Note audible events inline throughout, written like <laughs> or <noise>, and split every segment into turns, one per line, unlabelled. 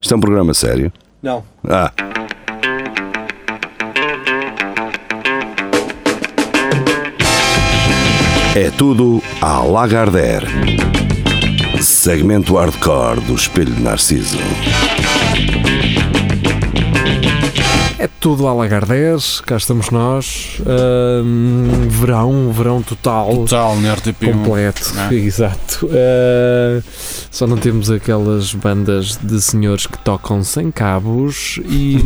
Isto é um programa sério.
Não.
Ah, é tudo à Lagardère. Segmento hardcore do Espelho de Narciso.
É tudo a Lagardez, cá estamos nós. Ahm, verão, verão total.
Total, né, na RTP1.
Completo,
Não
<laughs>
é?
exato. Ah, só não temos aquelas bandas de senhores que tocam sem cabos
<laughs>
e.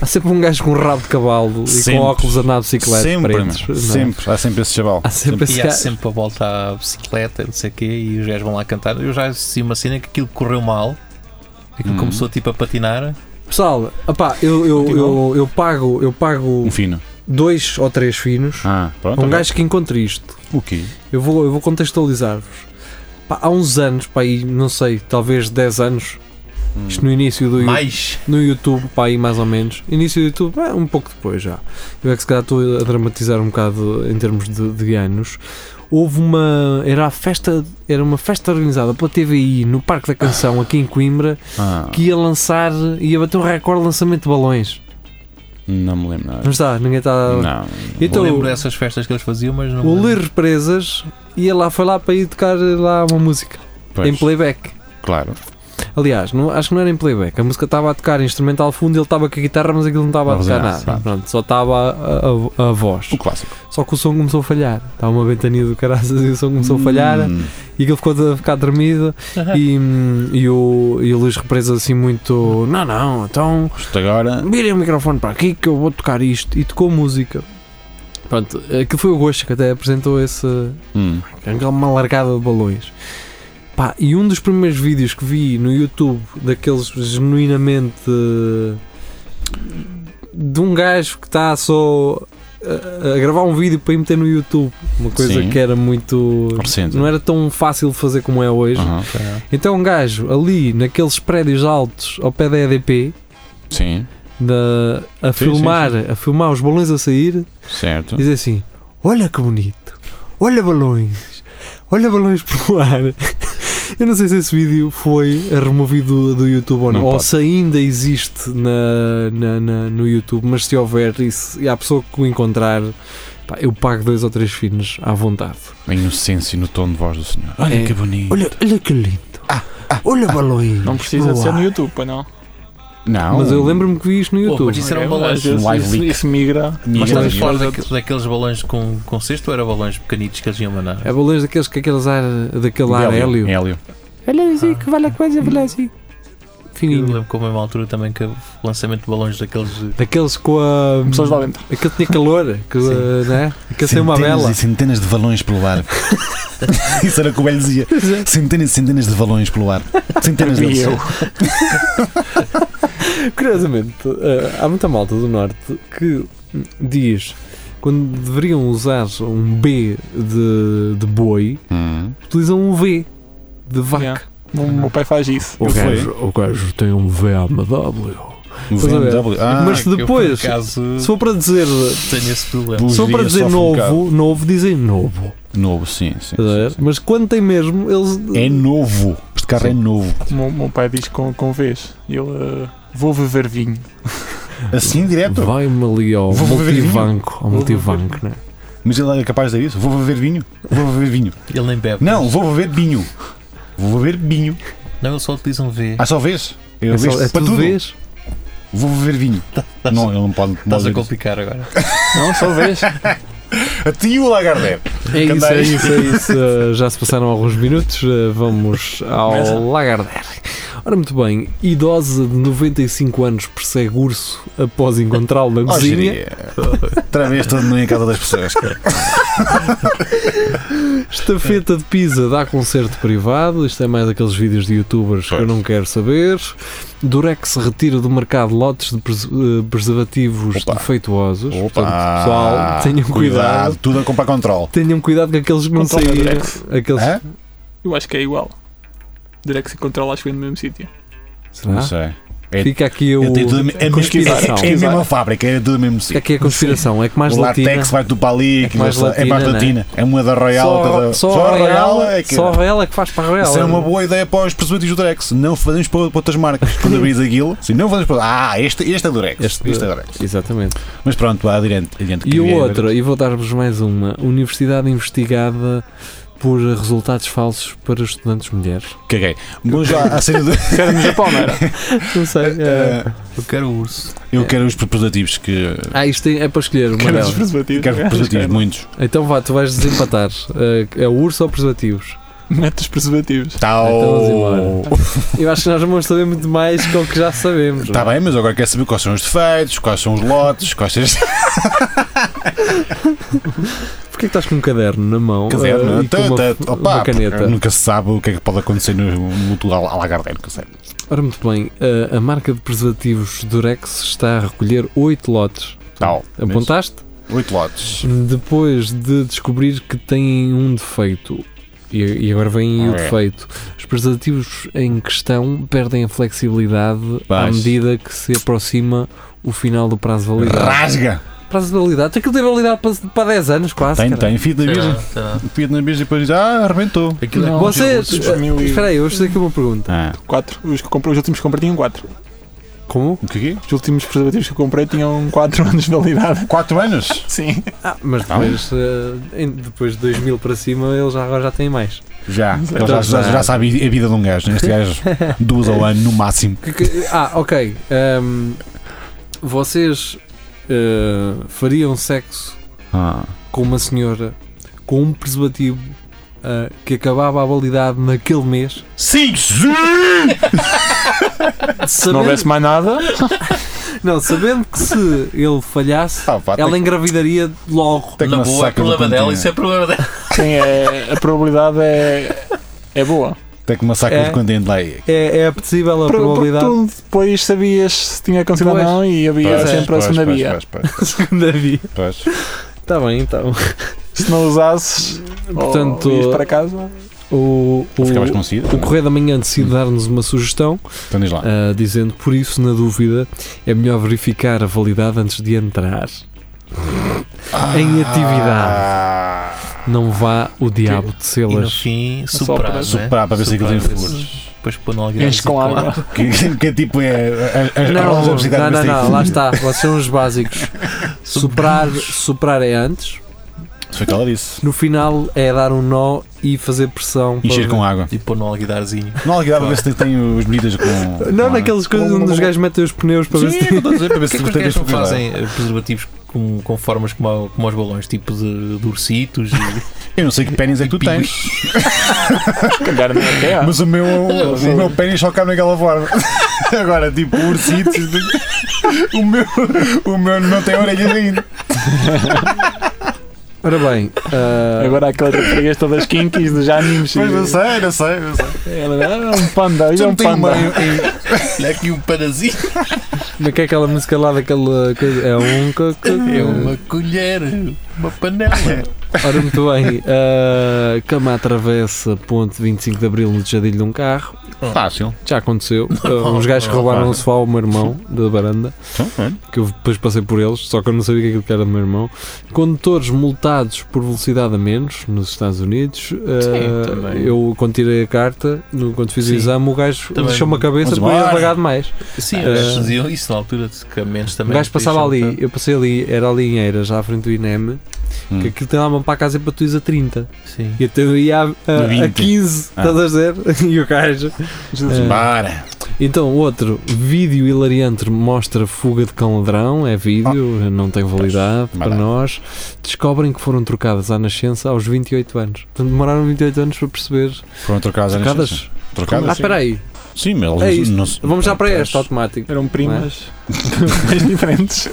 Há sempre um gajo com um rabo de cavalo e
Sempre.
com óculos a andar de bicicleta
sempre,
pretos.
meu.
não é?
sempre. Há sempre esse chaval.
Há sempre esse
e há
gajo.
sempre a volta à bicicleta, não sei o quê, e os gajos vão lá cantar. Eu já assisti uma cena que aquilo correu mal, aquilo
Hum.
começou tipo a patinar.
Pessoal, opá, eu, eu, eu, eu pago, eu pago
Um fino.
dois ou três finos
Ah,
a
pronto.
um
ok.
gajo que encontre isto.
O quê?
Eu vou, eu vou contextualizar-vos. Pá, há uns anos, pá, aí, não sei, talvez 10 anos, isto no início do Yu-
Mais!
no YouTube, pá, aí mais ou menos. Início do YouTube, é, um pouco depois já. Eu é que se calhar estou a dramatizar um bocado em termos de, de anos. Houve uma. Era a festa. Era uma festa organizada pela TVI no Parque da Canção, aqui em Coimbra,
Ah,
que ia lançar. ia bater um recorde de lançamento de balões.
não me lembro nada.
Não está? Ninguém está.
Não.
Então,
eu lembro dessas festas que eles faziam, mas não.
o Lir Represas ia lá, foi lá para ir tocar lá uma música.
Pois,
Em playback.
Claro.
Aliás, não- acho que não era em playback. A música estava a tocar instrumental fundo, ele estava com a guitarra, mas aquilo não estava a
Não
tocar
fazia
nada.
nada, sim.
Pronto, só estava a, a- a voz.
O clássico.
Só que o som começou a falhar. Estava uma ventania do caraças e o som começou a falhar
Hum,
e aquilo ficou a ficar tremido.
<laughs>
E, hum, e o, e o Luís Represa assim muito. Não, não, então
Isto agora.
virem o microfone para aqui que eu vou tocar isto. E tocou música. Pronto, aquilo foi o Gosto que até apresentou esse,
Hum,
Aquela é uma largada de balões. Pá, e um dos primeiros vídeos que vi no YouTube daqueles genuinamente eh, de um gajo que está só a, a gravar um vídeo para ir meter no YouTube, uma coisa
Sim.
que era muito.
recente.
Não é era tão fácil de fazer como é hoje.
Aham,
Então, um gajo ali naqueles prédios altos ao pé da EDP,
Sim,
da- a,
Sim,
filmar, a filmar os balões a sair,
Tá.
certo.
Diz assim: Olha que bonito, olha balões, olha balões pro ar. <laughs> Eu não sei se esse vídeo foi removido do YouTube ou não,
Não
ou
pode.
se ainda existe na, na- na- no YouTube, mas se houver e, se, e há pessoa que o encontrar, pá, eu pago dois ou três finos à vontade.
A inocência no tom de voz do senhor. Olha
É.
que bonito.
Olha, olha que lindo, olha balões.
Não precisa de
pro
ser no
ar.
YouTube, pois não.
Não.
Mas eu lembro-me que vi isto no
um- Oh,
YouTube.
mas isso era um
É,
balão.
às vezes
Um live
isso,
leak.
isso migra.
Mas
Mas
estamos a
eu-
falar daque- daqueles balões com, com cesto ou era balões pequenitos que eles iam mandar?
é balões daqueles que aqueles ar, daquele ar
é.
hélio.
Hélio.
Olha assim, que vale a coisa, vale assim.
Eu
Fininho.
lembro que a mesma altura também que o lançamento de balões daqueles.
Daqueles com a.
Pessoas lá dentro.
Aquele tinha calor, que,
Sim.
uh, né? Aquele tem uma vela.
e centenas de balões
<laughs>
pelo ar. Isso era o que o velho dizia. Centenas e centenas de balões pelo ar. Centenas
E
deles.
eu.
Curiosamente, uh, há muita malta do Norte que diz quando deveriam usar um B de, de boi,
Hum.
utilizam um V de vaca.
Yeah. O meu pai faz isso.
O,
Eu
gajo, o gajo tem um VMW.
O
Estás a ver?
VMW. Ah,
é. Mas se
Eu,
depois,
por acaso,
se for para dizer,
tenho esse problema.
Bom.
se for para
dias
dizer
sofre um
novo,
bocado.
novo, dizem novo.
novo, sim, sim.
Estás a ver?
sim,
Mas quando tem mesmo, eles.
sim. É novo. Este carro é novo.
O meu, meu pai diz com, com vez. Ele. eh, vou beber vinho.
Assim direto.
Vai-me ali ao
Vou beber vinho.
multibanco. Ao
Vou beber
multibanco, né?
Mas ele é capaz de dizer isso? Vou beber vinho? Vou beber vinho.
Ele nem bebe.
Não, vou beber vinho. Vou beber vinho.
Não, ele só utiliza um V.
Ah, só vês? Eu
É, só,
vejo
é
para
tudo
tudo.
vez.
Vou beber vinho. Não, ele não pode. não
Estás a
pode dizer
complicar agora.
Não, só vês.
isso. A ti o Lagardère.
É isso, é
Candei.
isso, é isso. Uh, <laughs> já se passaram alguns minutos. uh, vamos ao Lagardère. Ora, muito bem. Idosa de 95 anos persegue urso após encontrá-lo na
Oh,
cozinha.
geria. Outra vez todo mundo em casa das pessoas. cara.
Estafeta de Pisa dá concerto privado. Isto é mais aqueles vídeos de youtubers que eu não quero saber. Durex retira do mercado lotes de pres- eh, preservativos
Opa.
defeituosos.
Opa,
Portanto, pessoal, tenham cuidado.
Tudo a comprar controle.
Tenham cuidado com aqueles que não
Controla
saíram.
Durex.
Aqueles...
Hã?
Eu acho que é igual. Direct se controla, acho que vem no mesmo sítio.
Será?
Não sei. É-
Fica aqui o.
É tudo- é,
conspiração.
é, é a mesma fábrica, é tudo o mesmo
Fica
sítio.
aqui a conspiração. É que mais
O
latina.
latex vai tudo para ali,
É que
aquilo
mais
é
latina,
para a
né?
latina. É uma da Royal, outra da
Só, só,
a
a Royal,
é que-
só a Royal é que faz para a Royal.
Isso é uma boa ideia para os presuntos do Durex. Não fazemos para para outras marcas.
<laughs>
Quando abris aquilo, se não fazemos para. Ah, este, este é Durex.
Este-
Este, é Durex.
Exatamente.
Mas pronto, vá adiante. adiante
E
que
o
é-
outro, e vou dar-vos mais uma: Universidade investigada por resultados falsos para estudantes mulheres.
Caguei. Mas já a série do.
Isso era no Japão, não era?
Não
<laughs>
sei. <laughs> é.
Eh,
Eu quero o urso.
Eu quero os preservativos que.
Ah, isto é é para escolher uma
Quero os
delas.
preservativos.
Quero preservativos, muitos.
Então vá, tu vais desempatar. Eh, É urso ou preservativos?
Mete os preservativos.
Tá
Então vamos
Tal.
embora. Eu acho que nós não vamos saber muito mais com o que já sabemos.
Está tá bem, mas eu agora quero saber quais são os defeitos, quais são os lotes, quais são as.
Porquê que estás com um caderno na mão?
Quer dizer,
eh,
não-
e com uma,
tanta-
uma
então, opa,
caneta.
Nunca se sabe o que é que pode acontecer no mundo alagardeiro, nunca sei.
Ora, muito bem, eh, a marca de preservativos Durex está a recolher 8 lotes.
Tal.
Apontaste?
Oito lotes.
Depois de descobrir que têm um defeito, e, e agora vem o
É.
defeito, os preservativos em questão perdem a flexibilidade à
Pois.
medida que se aproxima o final do prazo de validade.
Rasga!
Prazo de validade? Aquilo tem validade para, para 10 anos quase.
Tem,
caralho.
tem, fio na virgem. Fio na virgem e depois diz, ah, arrebentou.
Aquilo
Não.
é
Vocês.
Dois mil e-
Espera aí, eu vou fazer aqui uma pergunta.
Ah,
Quatro. Os, que eu comprei, os últimos que comprei tinham quatro.
Como?
o que é?
Os últimos preservativos que eu comprei tinham quatro <laughs> anos de validade.
4 anos?
Sim.
Ah, mas
Não.
depois, eh, em- depois de 2000 para cima, eles já, agora já têm mais. <laughs>
Já.
Então,
Ele já, já, já sabe a vida de um gajo, né? Este gajo, duas ao ano no máximo.
Que- que- ah, ok. Ahm, vocês eh, fariam sexo
Ah,
com uma senhora com um preservativo ah, que acabava a validade naquele mês.
Sim!
<laughs>
Se não houvesse mais nada,
não, sabendo que se ele falhasse,
Ah, pá, tem-
ela engravidaria logo.
tem
Na
uma
boa, é
saca do
problema dela,
continente.
isso é problema dela.
sim, é, a probabilidade é, é boa.
Tem que uma saca
É.
de contente lá aí.
É, é apetecível a
Porque
probabilidade.
tu depois sabias se tinha acontecido ou
Pois.
não e havia
Pois,
sempre a segunda via.
Pois, pois,
<laughs> Segunda via.
pois,
Está bem, então.
Se não usasses,
Portanto,
ou ias para casa,
O,
Ou ficavas
o,
conhecido.
o Correio da Manhã decide dar-nos uma sugestão,
Então diz lá.
ah, dizendo, por isso, na dúvida, é melhor verificar a validade antes de entrar. Em
Ah.
atividade. Não vá o diabo de
E no
selas.
fim,
Só
superar.
para-
não é?
Superar, para ver se aquilo tem
Superar,
furos.
Depois pôr no algarve.
enches com água.
Que, que tipo é. a- a- a-
Não,
a- a- a-
não,
a-
não, não, lá está, vocês são os
<laughs>
básicos. Superar, superar é antes,
Foi o que ela disse.
no final é dar um nó e fazer pressão. para-
Encher com água.
E pôr no alguidarzinho.
Não há ligado a ver se tem os medidas com.
Não, naqueles coisas onde os gajos metem os pneus para ver se tem.
O que é que os
tem
gajos não fazem eh, preservativos com, com formas como, como os balões, tipo de, de ursitos e
Eu não sei que pênis é que tu
Pinguim.
tens,
cagar na
é
terra.
<laughs>
mas o meu, o meu pênis só cabe naquela forma. <laughs> Agora, tipo,
<laughs>
ursitos. O meu, o meu não tem orelhas ainda.
Ora bem, ah,
Agora aquela raparigas todas kinkies dos animes.
Mas não
e-
sei, não sei. Não sei.
Ela, "Ah, um panda,
Tu
olha
não
um
tens uma.
panda.
<laughs> Olha aqui um panazinho.
como é que é aquela música lá daquela coisa? É um. co- co-
É uma colher, uma panela.
Então,
Ora, muito bem, ah, cama atravessa ponte 25 de Abril no tejadilho de um carro.
Fácil.
Já aconteceu. Ah, uns gajos que roubaram o sofá ao meu irmão da varanda. que eu depois passei por eles, só que eu não sabia que aquilo que era do meu irmão. Condutores multados por velocidade a menos nos Estados Unidos. Ah,
também.
eu, quando tirei a carta, no- quando fiz o
Sim.
exame, o gajo
Também.
deixou-me a cabeça
Vamos
por ele
embora.
pagado mais.
Sim,
Ah.
os gajos diziam isso na altura, que a menos
O
também.
gajo passava
deixam
ali,
de-
eu passei ali, era ali em Eiras, à frente do INEM,
Hum.
que aquilo tem lá uma para casa para tu ires a 30.
Sim.
E então eu ia a, a, a
20.
15,
Ah. É.
estás a dizer? <laughs> E o gajo. Ah,
Para.
Então, outro vídeo hilariante mostra fuga de cão ladrão, é vídeo, não tem validade
Ah. Pois,
para
manda.
nós. Descobrem que foram trocadas à nascença aos 28 anos. Portanto, demoraram 28 anos para perceber.
Foram trocadas as
Trocadas?
Trocadas?
Ah, espera aí,
Sim, mas
É
eles
isto.
não se-
vamos já para esta automática.
Eram primas, mas diferentes.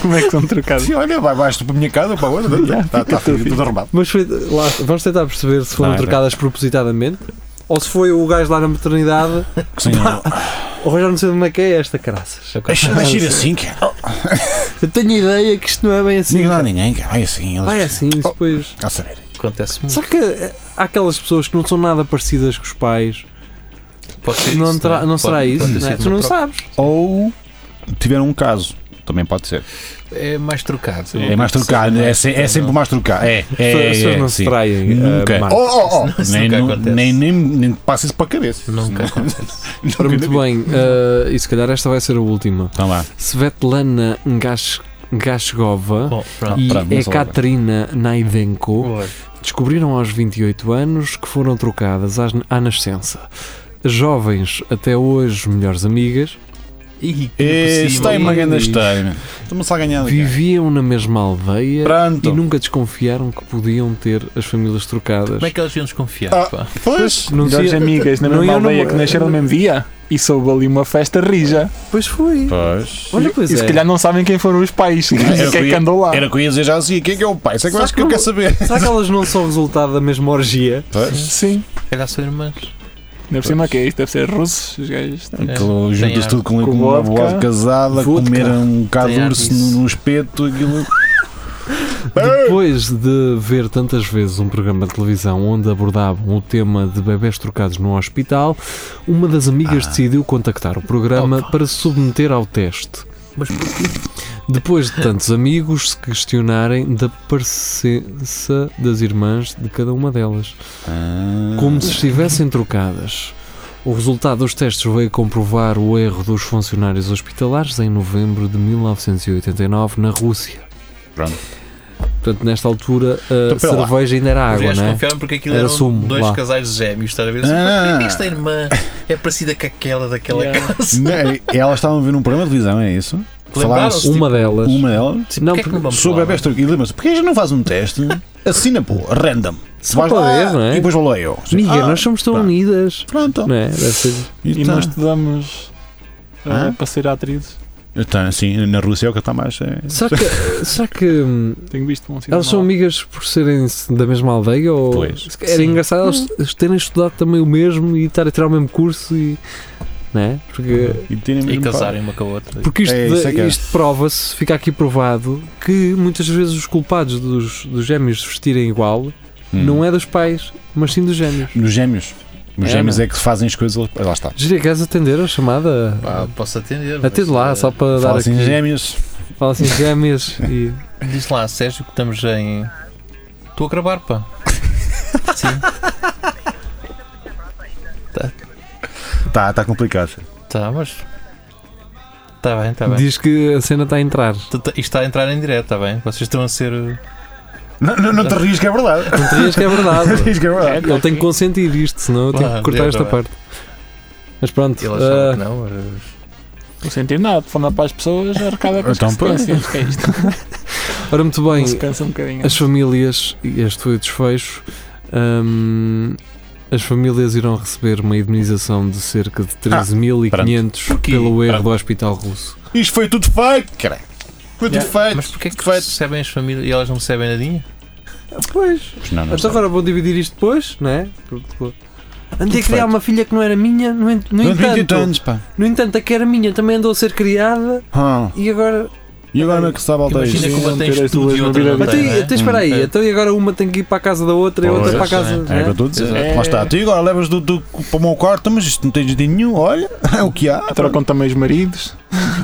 Como é que são trocadas?
Sim, olha, vai baixo para a minha casa, para a outra.
<laughs>
Está tá, fica tudo arrumado.
Mas foi, lá, vamos tentar perceber se foram
Não, é
trocadas propositadamente ou se foi o gajo lá na maternidade.
Sim,
Ou já não sei onde é que é esta, caraças.
deixa ir assim, cara.
Eu tenho a ideia que isto não é bem assim.
Diga lá a ninguém, cara. Vai assim. Eles...
Vai assim, isso depois.
A saber.
Acontece muito.
Só que eh, há aquelas pessoas que não são nada parecidas com os pais
Pode ser
Não,
isso,
terá-
é?
não
Pode-
será isso,
pode ter
não é?
sido
Tu
uma
não
pro-
sabes.
Ou tiveram um caso. Também pode ser.
É mais trocado.
É mais trocado. É, se- é sempre mais trocado. É, é,
As
é,
pessoas
é,
não se
sim.
traem.
Nunca.
eh, Marco.
Oh, oh, oh.
Isso
Nem,
nunca
nu-
acontece.
nem, nem, nem passa isso para a cabeça.
Nunca
Nunca <laughs>
acontece.
Ora, muito
na vida.
bem, eh, e se calhar esta vai ser a última.
Então lá.
Svetlana Gash- Gashkova
Bom, pronto.
e
pronto, não sou
Ekaterina Naidenko
Boa.
descobriram aos 28 anos que foram trocadas às- à nascença. Jovens, até hoje melhores amigas,
E,
é
por
Eh,
cima,
Está em uma
e-
grande história. né? Estamos a ganhar. ali, cara.
viviam na mesma aldeia e
Pronto.
nunca desconfiaram que podiam ter as famílias trocadas.
Como é que eles iam desconfiar?
Ah.
pá?
Pois.
Não
Melhores
sei-
amigas na
não
mesma
ia
aldeia
numa-
que nasceram no mesmo dia e soube ali uma festa rija.
Pois foi.
Pois.
Olha, pois
e se
é.
calhar não sabem quem foram os pais, <laughs> quem
Era o que eu
é que
ia-
andou lá.
Era o que eu ia dizer já assim. Quem é que é o pai? Isso é que eu
Só
acho que eu
que
quero saber.
Será que elas não são resultado da mesma orgia?
Pois.
Sim,
Se calhar são irmãs.
ainda por cima que é isto, deve ser russos, os gajos.
Aquilo
É,
juntas
tem
tudo com,
Com
com uma
vodka.
boa casada,
Vodka.
comer um bocado de
Tem ar
urso
disso.
no, no espeto, aquilo.
Depois de ver tantas vezes um programa de televisão onde abordavam o tema de bebés trocados no hospital, uma das amigas decidiu contactar o programa
Opa.
para se submeter ao teste.
Mas porquê?
Depois de tantos amigos se questionarem da parecença das irmãs de cada uma delas, como se estivessem trocadas. O resultado dos testes veio comprovar o erro dos funcionários hospitalares em novembro de 1989 na Rússia.
Pronto.
Portanto, nesta altura a
Então, pera lá.
cerveja ainda era
Os
água,
gajos
não é?
desconfiaram porque aquilo
Era
eram
sumo,
dois
lá.
casais de gêmeos, estás a ver? Assim,
Ah.
"Porquê que Esta irmã é parecida com aquela daquela
Yeah.
casa.
Não, Elas estavam a ver um programa de televisão, é isso?
Lembraram-se
Uma delas.
Uma delas.
Tipo,
Não,
porquê é que
porque-
vamos
Sobre
lá?
a besta E lembra-se, porquê já não faz um teste? Assina, pô, random.
Só para ver, não é?
E depois vou lá eu. Sim.
Miguel,
Ah,
nós somos tão
pá.
unidas.
Pronto.
Não é? Deve ser.
E nós estudamos ah,
tá. Hã?
para ser atrizes.
Então, assim, na Rússia é o que está mais. É...
Será que, será que hum,
Tenho visto um sinal.
elas são amigas por serem da mesma aldeia? Ou
Pois.
Se calhar era
Sim.
engraçado elas terem estudado também o mesmo e estarem a tirar o mesmo curso e. Não é? Porque,
E, um terem
E
<laughs> mesmo
casarem uma com a outra.
porque isto,
É, isso é que é.
isto prova-se, fica aqui provado, que muitas vezes os culpados dos, dos gêmeos se vestirem igual
pau. Hum.
não é dos pais, mas sim dos gêmeos.
Nos gêmeos. Nos
É,
gêmeos
não?
é que fazem as coisas. Lá está.
Diria que queres atender a chamada?
Pá, posso atender.
Até de lá,
mas,
só
eh,
para dar
Fala
aqui.
assim, gêmeos.
Fala assim gêmeas e.
Diz lá, Sérgio, que estamos em. Estou a gravar, pá. Sim.
Está tá complicado.
Tá, mas. Tá bem, tá bem.
Diz que a cena está a entrar.
Tu- tu- Isto está a entrar em direto, tá bem? Vocês estão a ser.
Não, não, não te rias que é verdade. <laughs>
Não te rias que é
Não te
verdade.
rias que é verdade.
Ele tem que consentir isto, senão eu tenho que
Claro,
cortar
é
esta
verdade.
parte. Mas pronto,
Eles
ah,
acham que não, mas.
Não sentir nada, falando para as pessoas, arrecada com as
Então,
consequências, que é isto.
ora muito bem,
Não se cansa um bocadinho.
as famílias, e este foi o desfecho, hum, as famílias irão receber uma indemnização de cerca de 13.500
Porquê?
pelo erro
Pronto.
do hospital russo.
É. Isto foi tudo feito, cara. Foi tudo feito.
Mas porquê é que
Vai-
recebem as famílias e elas não recebem nadinha?
Ah, Pois,
Mas não, não
mas
sei.
agora vou dividir isto depois, não é? Andei a
Tudo feito.
criar uma filha que não é era minha, no, en- no
Durante 20 e
entanto,
tantos, pá.
no entanto, a que era minha também andou a ser criada.
Ah,
E agora.
E agora meu que sabe altar
Imagina
Sim,
que uma
não
tem
ter as
estudo
duas
e
na
outra
vida
não
dela.
Então,
tem,
Bem,
e-
não é?
então espera aí,
É.
então e agora uma tem que ir para a casa da outra e a outra
Pois,
para a casa.
é.
não
É o
é?
que eu estou a dizer.
Exato.
Lá está. Tu agora levas do, do, para o meu quarto, mas isto não tem jeito nenhum. Olha, <laughs> é o que há.
Trocam também os maridos.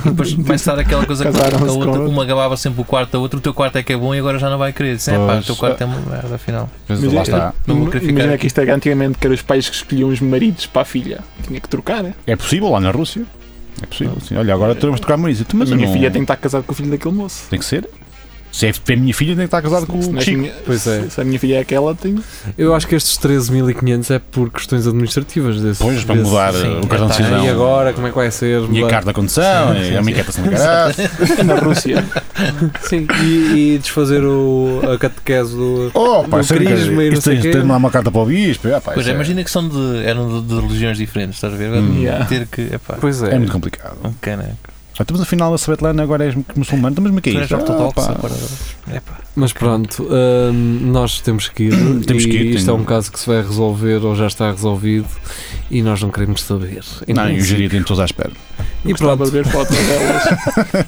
E depois começa a dar aquela coisa que
Casaram-se
a outra,
com outra.
uma gabava sempre o quarto da outra, o teu quarto é que é bom e agora já não vai querer. Dizem, é pá, o teu
Pois.
quarto é uma merda, afinal.
Mas
Mas
lá
é-
está.
Não vou querer ficar.
Imagina
aqui.
que isto é que antigamente que eram os pais que escolhiam os maridos para a filha. Tinha que trocar, é?
É possível lá na Rússia. É possível. Sim. Olha, agora estamos a tocar a Marisa. Tu, Mas
a
eu
minha
não-
filha tem que estar casada com o filho daquele moço.
Tem que ser. Se é a minha filha, tem que estar casada com
Se não
o
é
Chico.
minha-
Pois é.
se- Se a minha filha é aquela, tenho.
Eu acho que estes 13.500 é por questões administrativas. Desse,
Depois para
desse-
mudar
Sim,
uh, o cartão de
tá.
cidadão.
E agora, como é que vai ser?
E a
Mudar-
carta da condição, e a minha carta de graça.
É na Rússia.
Sim, e, e desfazer o, a catequese do.
Oh,
Do
pá, isso é
crisma
brincadeira.
e não
Isso
sei
tens de
quê.
ter lá uma carta para o bispo. é, pá,
Pois
isso
é,
é-
imagina que são de. eram de, de religiões diferentes, estás a ver? Agora
Hum.
Yeah.
Ter que. Epá,
Pois é.
É muito complicado.
um caneco.
Ah, Estamos no final da Svetlana, agora é então, és muçulmano, estamos aqui.
Tu és
Ah,
ortodoxo agora. é
Mas pronto, hum, nós temos que ir.
Temos
e
que ir,
isto
tenho-
é um caso que se vai resolver ou já está resolvido e nós não queremos saber.
Não,
Então,
eu geria tem todos à espera.
E
Estava a
pronto,
ver fotos delas.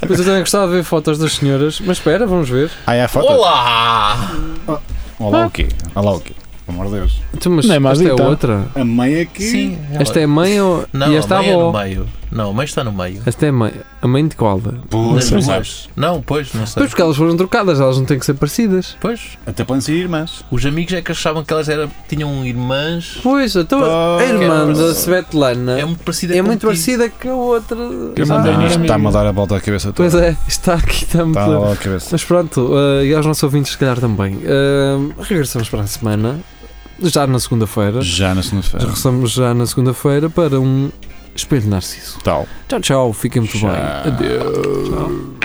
depois eu também gostava de ver fotos das senhoras, mas espera, vamos ver.
Ah, é a foto?
Olá!
Olá o quê? Olá o quê? pelo amor de Deus.
Então, mas
Não é mais
esta é
dita.
outra.
A mãe é que.
Sim, ela-
Esta é a mãe ou...
Não,
e esta
a mãe é no
avó?
meio. Não, a mãe está no meio.
esta é a mãe. A mãe de qual? Pois
Pois,
Não,
não
pois,
sabes.
Não, pois, não sei.
porque elas foram trocadas, elas não têm que ser parecidas.
Pois,
Até podem ser irmãs.
os amigos é que achavam que elas eram, tinham irmãs.
Pois, então a
Pois.
irmã da
Pois.
Svetlana
Ah, É
é,
muito parecida
muito
contigo.
parecida que a outra.
Que a mãe da
Ah,
isto Tá
Inês mesmo.
está-me a dar a volta à cabeça
Pois
toda.
é, está aqui, está muito.
Está a dar a volta à cabeça.
Mas pronto, eh, e aos nossos ouvintes, se calhar também. Eh, regressamos para a semana, já na segunda-feira.
Já na segunda-feira.
Regressamos já na segunda-feira para um Espelho Narciso.
Tal.
Tchau, tchau, fiquem muito
Tchau.
bem. Adeus.
Tchau.